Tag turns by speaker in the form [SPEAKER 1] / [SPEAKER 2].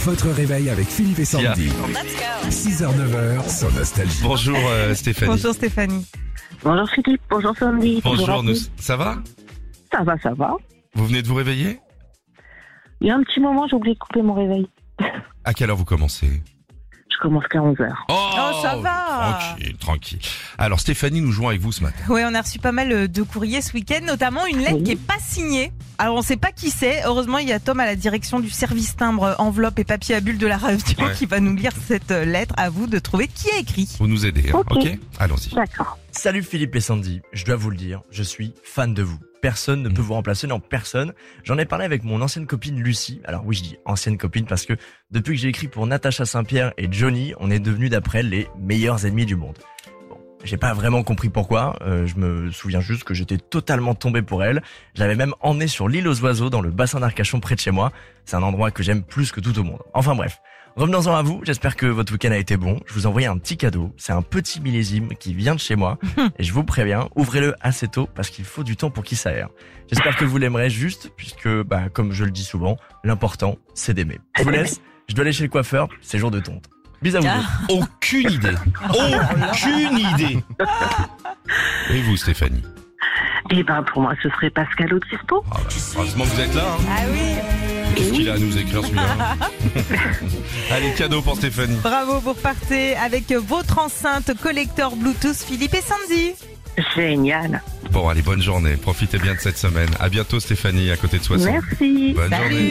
[SPEAKER 1] Votre réveil avec Philippe et Sandy.
[SPEAKER 2] Let's go.
[SPEAKER 1] 6h-9h sur Nostalgie.
[SPEAKER 3] Bonjour euh, Stéphanie.
[SPEAKER 4] Bonjour Stéphanie.
[SPEAKER 5] Bonjour Philippe, bonjour Sandy.
[SPEAKER 3] Bonjour,
[SPEAKER 5] à
[SPEAKER 3] nous.
[SPEAKER 5] tous.
[SPEAKER 3] Ça va
[SPEAKER 5] Ça va, ça va.
[SPEAKER 3] Vous venez de vous réveiller
[SPEAKER 5] Il y a un petit moment, j'ai oublié de couper mon réveil.
[SPEAKER 3] À quelle heure vous commencez
[SPEAKER 5] Je commence qu'à 11h.
[SPEAKER 3] Oh,
[SPEAKER 4] ça va.
[SPEAKER 3] Tranquille, tranquille. Alors Stéphanie, nous jouons avec vous ce matin.
[SPEAKER 4] Oui, on a reçu pas mal euh, de courriers ce week-end, notamment une lettre
[SPEAKER 5] Oui.
[SPEAKER 4] qui est pas signée. Alors on sait pas qui c'est. Heureusement, il y a Tom à la direction du service timbre, euh, enveloppe et papier à bulles de la radio
[SPEAKER 3] Ouais.
[SPEAKER 4] qui va nous lire cette euh, lettre. À vous de trouver qui a écrit.
[SPEAKER 3] Vous nous aidez, hein, ok,
[SPEAKER 5] Ok.
[SPEAKER 3] Allons-y.
[SPEAKER 5] D'accord.
[SPEAKER 6] Salut Philippe et Sandy, je dois vous le dire, je suis fan de vous. Personne ne peut vous remplacer, non personne. J'en ai parlé avec mon ancienne copine Lucie. Alors oui, je dis ancienne copine parce que depuis que j'ai écrit pour Natacha Saint-Pierre et Johnny, on est devenus d'après elle, les meilleurs ennemis du monde. Bon, j'ai pas vraiment compris pourquoi, euh, je me souviens juste que j'étais totalement tombé pour elle. Je l'avais même emmenée sur l'île aux oiseaux dans le bassin d'Arcachon près de chez moi. C'est un endroit que j'aime plus que tout au monde. Enfin bref. Revenons-en à vous, j'espère que votre week-end a été bon. Je vous envoie un petit cadeau, c'est un petit millésime qui vient de chez moi. Et je vous préviens, ouvrez-le assez tôt parce qu'il faut du temps pour qu'il s'aère. J'espère que vous l'aimerez juste, puisque, bah, comme je le dis souvent, l'important, c'est d'aimer. Je vous laisse, je dois aller chez le coiffeur, c'est jour de tonte. Bisous à vous.
[SPEAKER 4] Ah.
[SPEAKER 6] deux.
[SPEAKER 3] Aucune idée. Aucune idée. Et vous Stéphanie
[SPEAKER 5] Eh ben, pour moi, ce serait Pascal Obispo.
[SPEAKER 3] Ah, bah, Heureusement que vous êtes là. hein.
[SPEAKER 4] Ah oui,
[SPEAKER 3] Qu'est-ce qu'il a à nous écrire celui-là Allez, cadeau pour Stéphanie.
[SPEAKER 4] bravo, vous repartez avec votre enceinte collecteur Bluetooth Philippe et Sandy.
[SPEAKER 5] Génial.
[SPEAKER 3] Bon, allez, bonne journée. Profitez bien de cette semaine. À bientôt Stéphanie, à côté de 60.
[SPEAKER 5] Merci.
[SPEAKER 3] Bonne journée.
[SPEAKER 4] Salut.